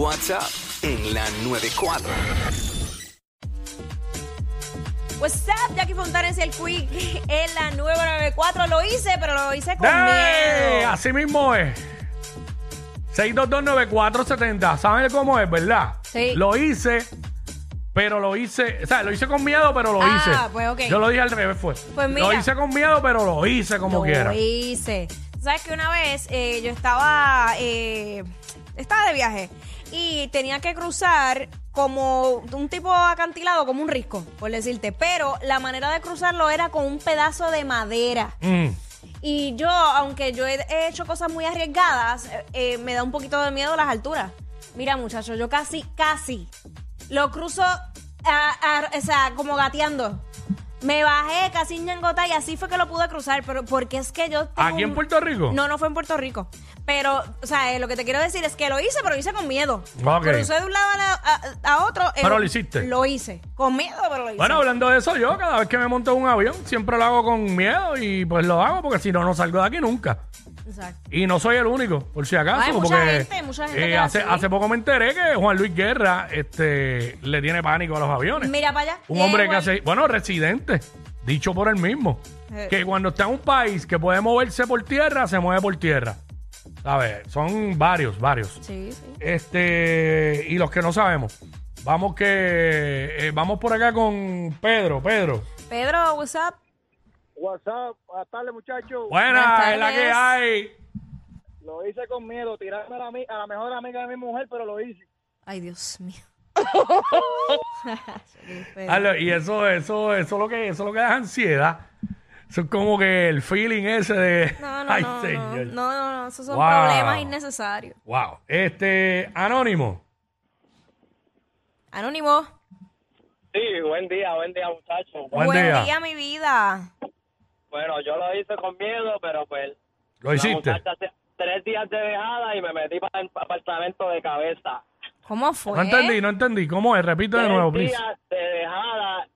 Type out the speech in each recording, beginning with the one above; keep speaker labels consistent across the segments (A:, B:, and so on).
A: WhatsApp en la 94.
B: What's up, Jackie Fontanes y el Quick en la 994. Lo hice, pero lo hice con
C: ¡Ey!
B: miedo.
C: Así mismo es. 6229470. ¿Saben cómo es, verdad?
B: Sí.
C: Lo hice, pero lo hice. O sea, lo hice con miedo, pero lo
B: Ah,
C: hice.
B: pues, ok.
C: Yo lo dije al revés, fue.
B: Pues, mira.
C: Lo hice con miedo, pero lo hice como
B: lo
C: quiera.
B: hice. Tú Sabes que una vez eh, yo estaba, eh, estaba de viaje y tenía que cruzar como un tipo acantilado, como un risco, por decirte. Pero la manera de cruzarlo era con un pedazo de madera.
C: Mm.
B: Y yo, aunque yo he he hecho cosas muy arriesgadas, eh, eh, me da un poquito de miedo las alturas. Mira, muchachos, yo casi, casi lo cruzo, a- a- o sea, como gateando. Me bajé casi en ñangota y así fue que lo pude cruzar, pero porque es que yo... tengo
C: ¿Aquí en
B: un-
C: Puerto Rico?
B: No, no fue en Puerto Rico. Pero, o sea, eh, lo que te quiero decir es que lo hice, pero lo hice con miedo.
C: Ok.
B: Crucé de un lado a, la- a- a otro. eh,
C: Pero lo hiciste.
B: Lo hice. Con miedo, pero lo hice.
C: Bueno, hablando de eso, yo cada vez que me monto en un avión siempre lo hago con miedo y pues lo hago porque si no, no salgo de aquí nunca.
B: Exacto.
C: Y no soy el único, por si acaso.
B: Hay mucha
C: porque,
B: gente, mucha gente
C: eh,
B: que es
C: hace,
B: así.
C: hace poco me enteré que Juan Luis Guerra este, le tiene pánico a los aviones.
B: Mira para allá.
C: Un hombre que
B: Igual.
C: hace, bueno, residente, dicho por él mismo,
B: Eh.
C: que cuando está en un país que puede moverse por tierra, se mueve por tierra. ¿Sabes? Son varios, varios.
B: Sí, sí.
C: Este, y los que no sabemos. Vamos que, eh, vamos por acá con Pedro, Pedro.
B: Pedro, what's up?
D: WhatsApp, buenas tardes muchachos.
C: Buena,
B: Buenas
C: es la que
B: tardes.
C: hay.
D: Lo hice con miedo, tirarme a la, mi- a la mejor amiga de mi mujer, pero lo hice.
B: Ay, Dios mío.
C: Aló, y eso, eso, eso lo que, eso lo que da es ansiedad. Eso es como que el feeling ese de.
B: No, no,
C: Ay,
B: no, no, no,
C: señor.
B: no, no, esos son
C: Wow.
B: problemas innecesarios.
C: Wow. Este, Anónimo.
B: Anónimo,
D: Sí, buen día, buen día muchachos.
C: Buen día.
B: mi vida.
D: Bueno, yo lo hice con miedo, pero pues...
C: Lo hiciste.
D: tres días de dejada y me metí para el apartamento de cabeza.
B: ¿Cómo fue?
C: No entendí, no entendí. ¿Cómo es? Repito de
B: Pues,
D: tres
C: nuevo, please.
D: días de dejada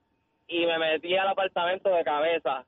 D: y me metí al apartamento de cabeza.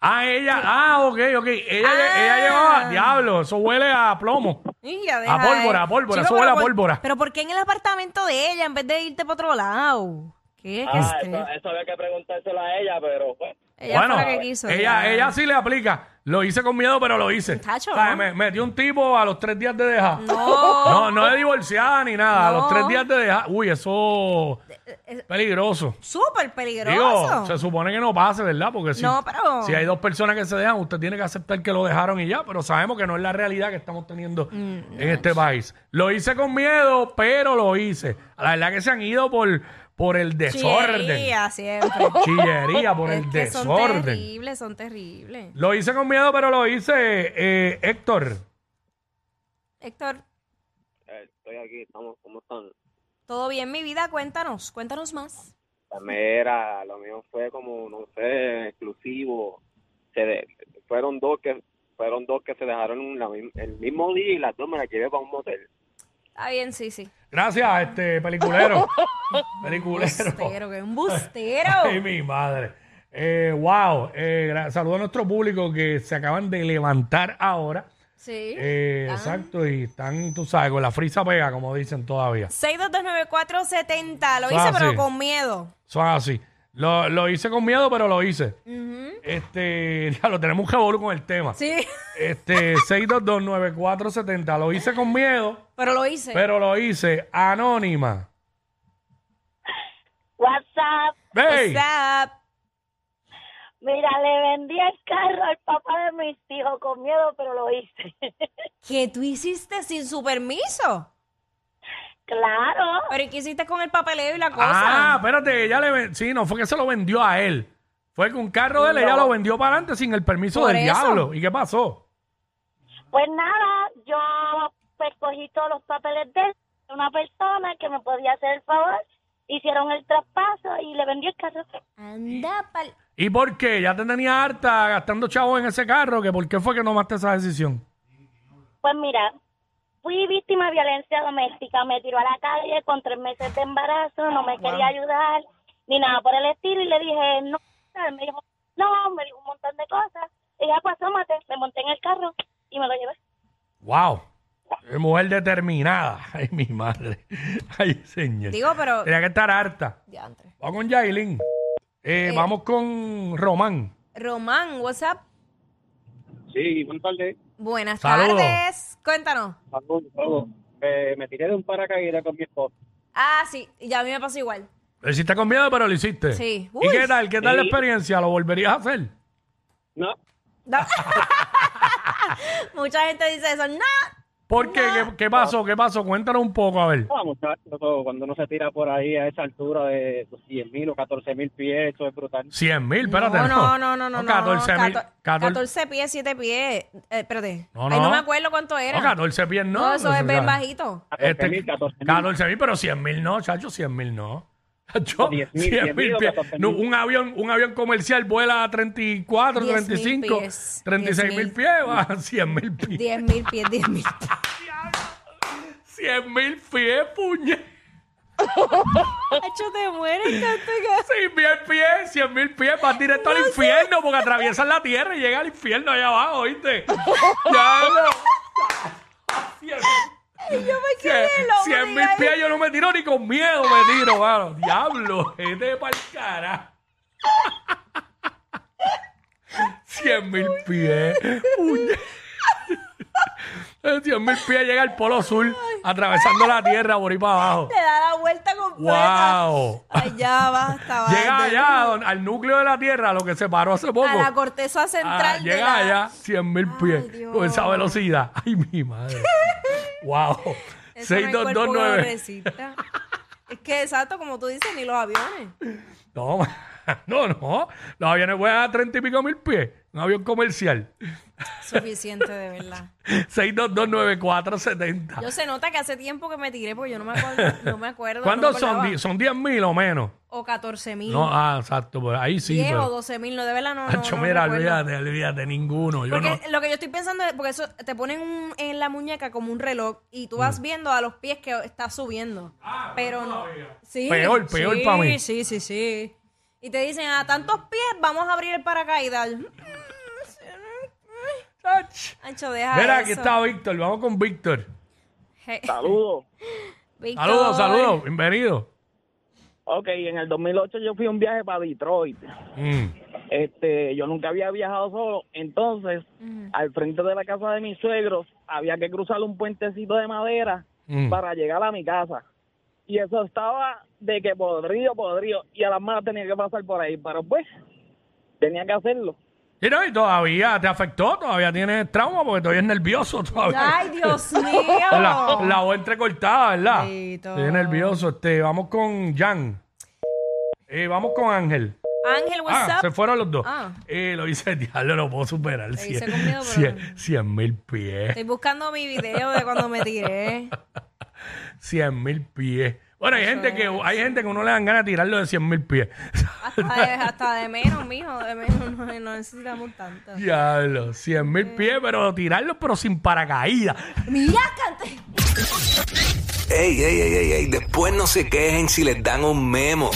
C: Ah, ella. Ah, ok, ok. Ella,
B: Ah.
C: ella llevaba. Diablo, eso huele a plomo.
B: Y ya
C: A pólvora,
B: de-
C: a pólvora,
B: Chico,
C: eso huele
B: pero
C: a
B: por-
C: pólvora.
B: Pero ¿por qué en el apartamento de ella en vez de irte para otro lado? ¿Qué es
D: Ah,
B: este?
D: eso, eso había que preguntárselo a ella, pero pues...
B: Ella
C: bueno,
B: fue la que quiso.
C: ella,
B: ya.
C: ella sí le aplica. Lo hice con miedo, pero lo hice.
B: Muchacho,
C: ¿Sabes?
B: ¿no?
C: Me, metió un tipo a los tres días de dejar.
B: No.
C: No, no de divorciada ni nada. A
B: No.
C: los tres días de dejar. Uy, eso.
B: es-
C: Peligroso.
B: Súper
C: Digo,
B: peligroso.
C: se supone que no pase, ¿verdad? Porque si,
B: No, pero-
C: si hay dos personas que se dejan, usted tiene que aceptar que lo dejaron y ya, pero sabemos que no es la realidad que estamos teniendo
B: Mm,
C: en este país. Lo hice con miedo, pero lo hice. La verdad que se han ido por, por el desorden.
B: Chillería siempre.
C: Chillería, por el
B: Es que Son
C: desorden.
B: terribles, son terribles.
C: Lo hice con miedo, pero lo hice, eh, Héctor.
B: Héctor,
D: eh, Estoy aquí, estamos, ¿cómo están?
B: ¿todo bien mi vida? Cuéntanos, cuéntanos más.
D: La mera, lo mío fue como, no sé, exclusivo. Se de- fueron dos que fueron dos que se dejaron la mi- el mismo día y las dos me las llevé para un motel.
B: Está bien, sí, sí.
C: Gracias, este peliculero. peliculero.
B: Bustero, que un bustero.
C: Ay, mi madre. Eh, wow. Eh, gra- saludo a nuestro público que se acaban de levantar ahora.
B: Sí.
C: Eh, exacto, y están, tú sabes, con la frisa pega, como dicen todavía.
B: 6229470. Lo
C: Ah,
B: hice, pero
C: sí.
B: con miedo.
C: Son así. Lo, lo hice con miedo, pero lo hice.
B: Ujú.
C: Este, ya lo tenemos un revolú con el tema.
B: Mm. Sí,
C: Este, 6229470. Lo hice con miedo,
B: pero lo hice.
C: pero lo hice anónima.
E: WhatsApp.
C: ¡Ey!
B: What's up?
E: Mira, le vendí el carro al papá de mis hijos con miedo, pero lo hice.
B: ¿Qué tú hiciste sin su permiso?
E: claro.
B: ¿Pero y qué hiciste con el papeleo y la
C: Ah,
B: cosa?
C: espérate, ella le ven- Sí, no fue que se lo vendió a él. Fue que un carro de él, ella lo vendió para adelante sin el permiso
B: Por
C: del
B: eso.
C: diablo. ¿Y qué pasó?
E: Pues nada, yo pues cogí todos los papeles de él, una persona que me podía hacer el favor. Hicieron el traspaso y le vendí el carro.
B: Anda pal...
C: ¿Y por qué? Ya te tenía harta gastando chavos en ese carro, que por qué fue que tomaste esa decisión.
E: Pues mira, fui víctima de violencia doméstica. Me tiró a la calle con tres meses de embarazo, no me quería ayudar ni nada por el estilo. Y le dije, no, él me dijo, no, me dijo un montón de cosas. Y ya pues, tómate. Me monté en el carro y me lo llevé.
C: Wow. Eh, Mujer determinada. Ay, mi madre. Ay, señor.
B: Digo, pero.
C: Tenía que estar harta.
B: Diantre.
C: Vamos con Yailin. Eh, Vamos con Román.
B: Román, what's up?
D: Sí, buenas tardes.
B: Buenas
C: Saludos.
B: tardes. Cuéntanos.
D: Saludos, saludos. Eh, me tiré de un paracaídas con mi esposa.
B: Ah, sí, ya a mí me pasó igual.
C: Lo hiciste con miedo, pero lo hiciste.
B: Sí.
C: ¿Y
B: Uy.
C: qué tal? ¿Qué tal la
D: Sí.
C: experiencia? ¿Lo volverías a hacer?
D: No,
B: Da- Mucha gente dice eso. No.
C: ¿Por qué? ¿Qué, qué pasó? ¿Qué pasó? Cuéntanos un poco, a ver.
D: no, muchachos, cuando uno se tira por ahí a esa altura de 100 mil o 14 mil pies, eso es brutal.
C: 100 mil, espérate.
B: No, no, no, no. no, no
C: 14 mil.
B: 14
C: 14
B: 14 pies, 7 pies. Eh, espérate.
C: No,
B: Ay,
C: no.
B: no me acuerdo cuánto era.
C: no, 14 pies no.
B: No, eso es bien
C: ya-
B: bajito.
D: 14 mil, 14 mil.
C: 14 mil, pero 100 mil no, chacho, 100 mil no. Chacho,
D: 10 mil,
C: 100 mil
D: 10 mil
C: pies.
D: o 14
C: No,
D: mil.
C: un, avión, un avión comercial vuela a 34,
B: 10 mil
C: 35,
B: pies,
C: 36 mil
B: 10 mil.
C: pies, va a 100 mil pies.
B: 10 mil pies, 10 mil.
C: 100 mil pies, puñet.
B: Hacho, te mueres, tanto que-
C: 100 mil pies, 100 mil pies, vas directo al infierno porque atraviesan la tierra y llega al infierno allá abajo, ¿viste? ya
B: Yo me quedé loco.
C: 100 mil pies yo no me tiro ni con miedo, me tiro, mano. Diablo, este es para el cara. 100 mil pies. Puñe- 100 mil pies llega al polo sur, atravesando la tierra por ahí para abajo.
B: Le da la vuelta completa.
C: ¡Wow!
B: Allá basta, basta.
C: Llega allá, don- al núcleo de la tierra, lo que se paró hace poco.
B: A la corteza central.
C: Ah,
B: de
C: llega
B: la-
C: allá 100 mil pies
B: Dios.
C: con esa velocidad. Ay, mi madre. wow.
B: Eso no hay cuerpo que lo
C: 6229.
B: resista. Es que exacto, como tú dices, ni los aviones.
C: No, ma- no, no. Los aviones pueden a 30 y pico mil pies. Un avión comercial.
B: Suficiente, de verdad.
C: 6229470.
B: Yo se nota que hace tiempo que me tiré porque yo no me acuerdo. No me acuerdo
C: ¿Cuántos
B: no me
C: son?
B: acordaba.
C: Di- ¿Son 10 mil o menos?
B: O 14 mil.
C: No, ah, exacto. pues ahí sí.
B: 10 o
C: pero-
B: 12 mil, no, de verdad no. no,
C: Nacho,
B: no
C: mira,
B: recuerdo.
C: olvídate, olvídate, ninguno. Yo
B: Porque
C: no.
B: lo que yo estoy pensando es, porque eso te ponen un- en la muñeca como un reloj y tú
C: Mm.
B: vas viendo a los pies que está subiendo.
C: Ah,
B: pero no. Sí,
C: Peor, peor
B: sí,
C: pa' mí.
B: Sí, sí, sí. Y te dicen, a tantos pies vamos a abrir el paracaídas. Yo, "Mm,
C: Ach.
B: Ancho, deja
C: Mira,
B: eso.
C: aquí está Víctor. Vamos con Víctor.
B: Je-
F: Saludos.
B: Víctor.
C: Saludos, saludos. Bienvenido.
F: Ok, en el 2008 yo fui a un viaje para Detroit.
C: Mm.
F: Este, yo nunca había viajado solo, entonces
B: Ujú.
F: al frente de la casa de mis suegros había que cruzar un puentecito de madera
C: Mm.
F: para llegar a mi casa. Y eso estaba de que podrido, podrido, y a las malas tenía que pasar por ahí, pero pues tenía que hacerlo.
C: Y no, y todavía te afectó, todavía tienes trauma porque todavía es nervioso todavía.
B: Ay, Dios mío.
C: La, la voz entrecortada, ¿verdad?
B: Bendito.
C: Estoy nervioso. Este, vamos con Jan. Eh, vamos con Ángel.
B: Ángel, what's
C: Ah,
B: up?
C: se fueron los dos.
B: Ah.
C: Eh, lo hice, diablo, no puedo superar.
B: hice con miedo, pero-
C: 100 mil pies.
B: Estoy buscando mi video de cuando me tiré.
C: 100 mil pies. Bueno, hay gente, que, hay gente que uno le dan ganas de tirarlo de 100 mil pies.
B: Hasta de, hasta de menos, mijo. De menos no, no necesitamos tanto.
C: diablo, 100 mil pies, pero tirarlo pero sin paracaídas.
B: Mira, cante.
A: Ey, ey, ey, ey, ey, después no se quejen si les dan un memo.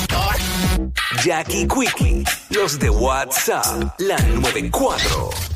A: Jackie Quickie, los de WhatsApp, la 94.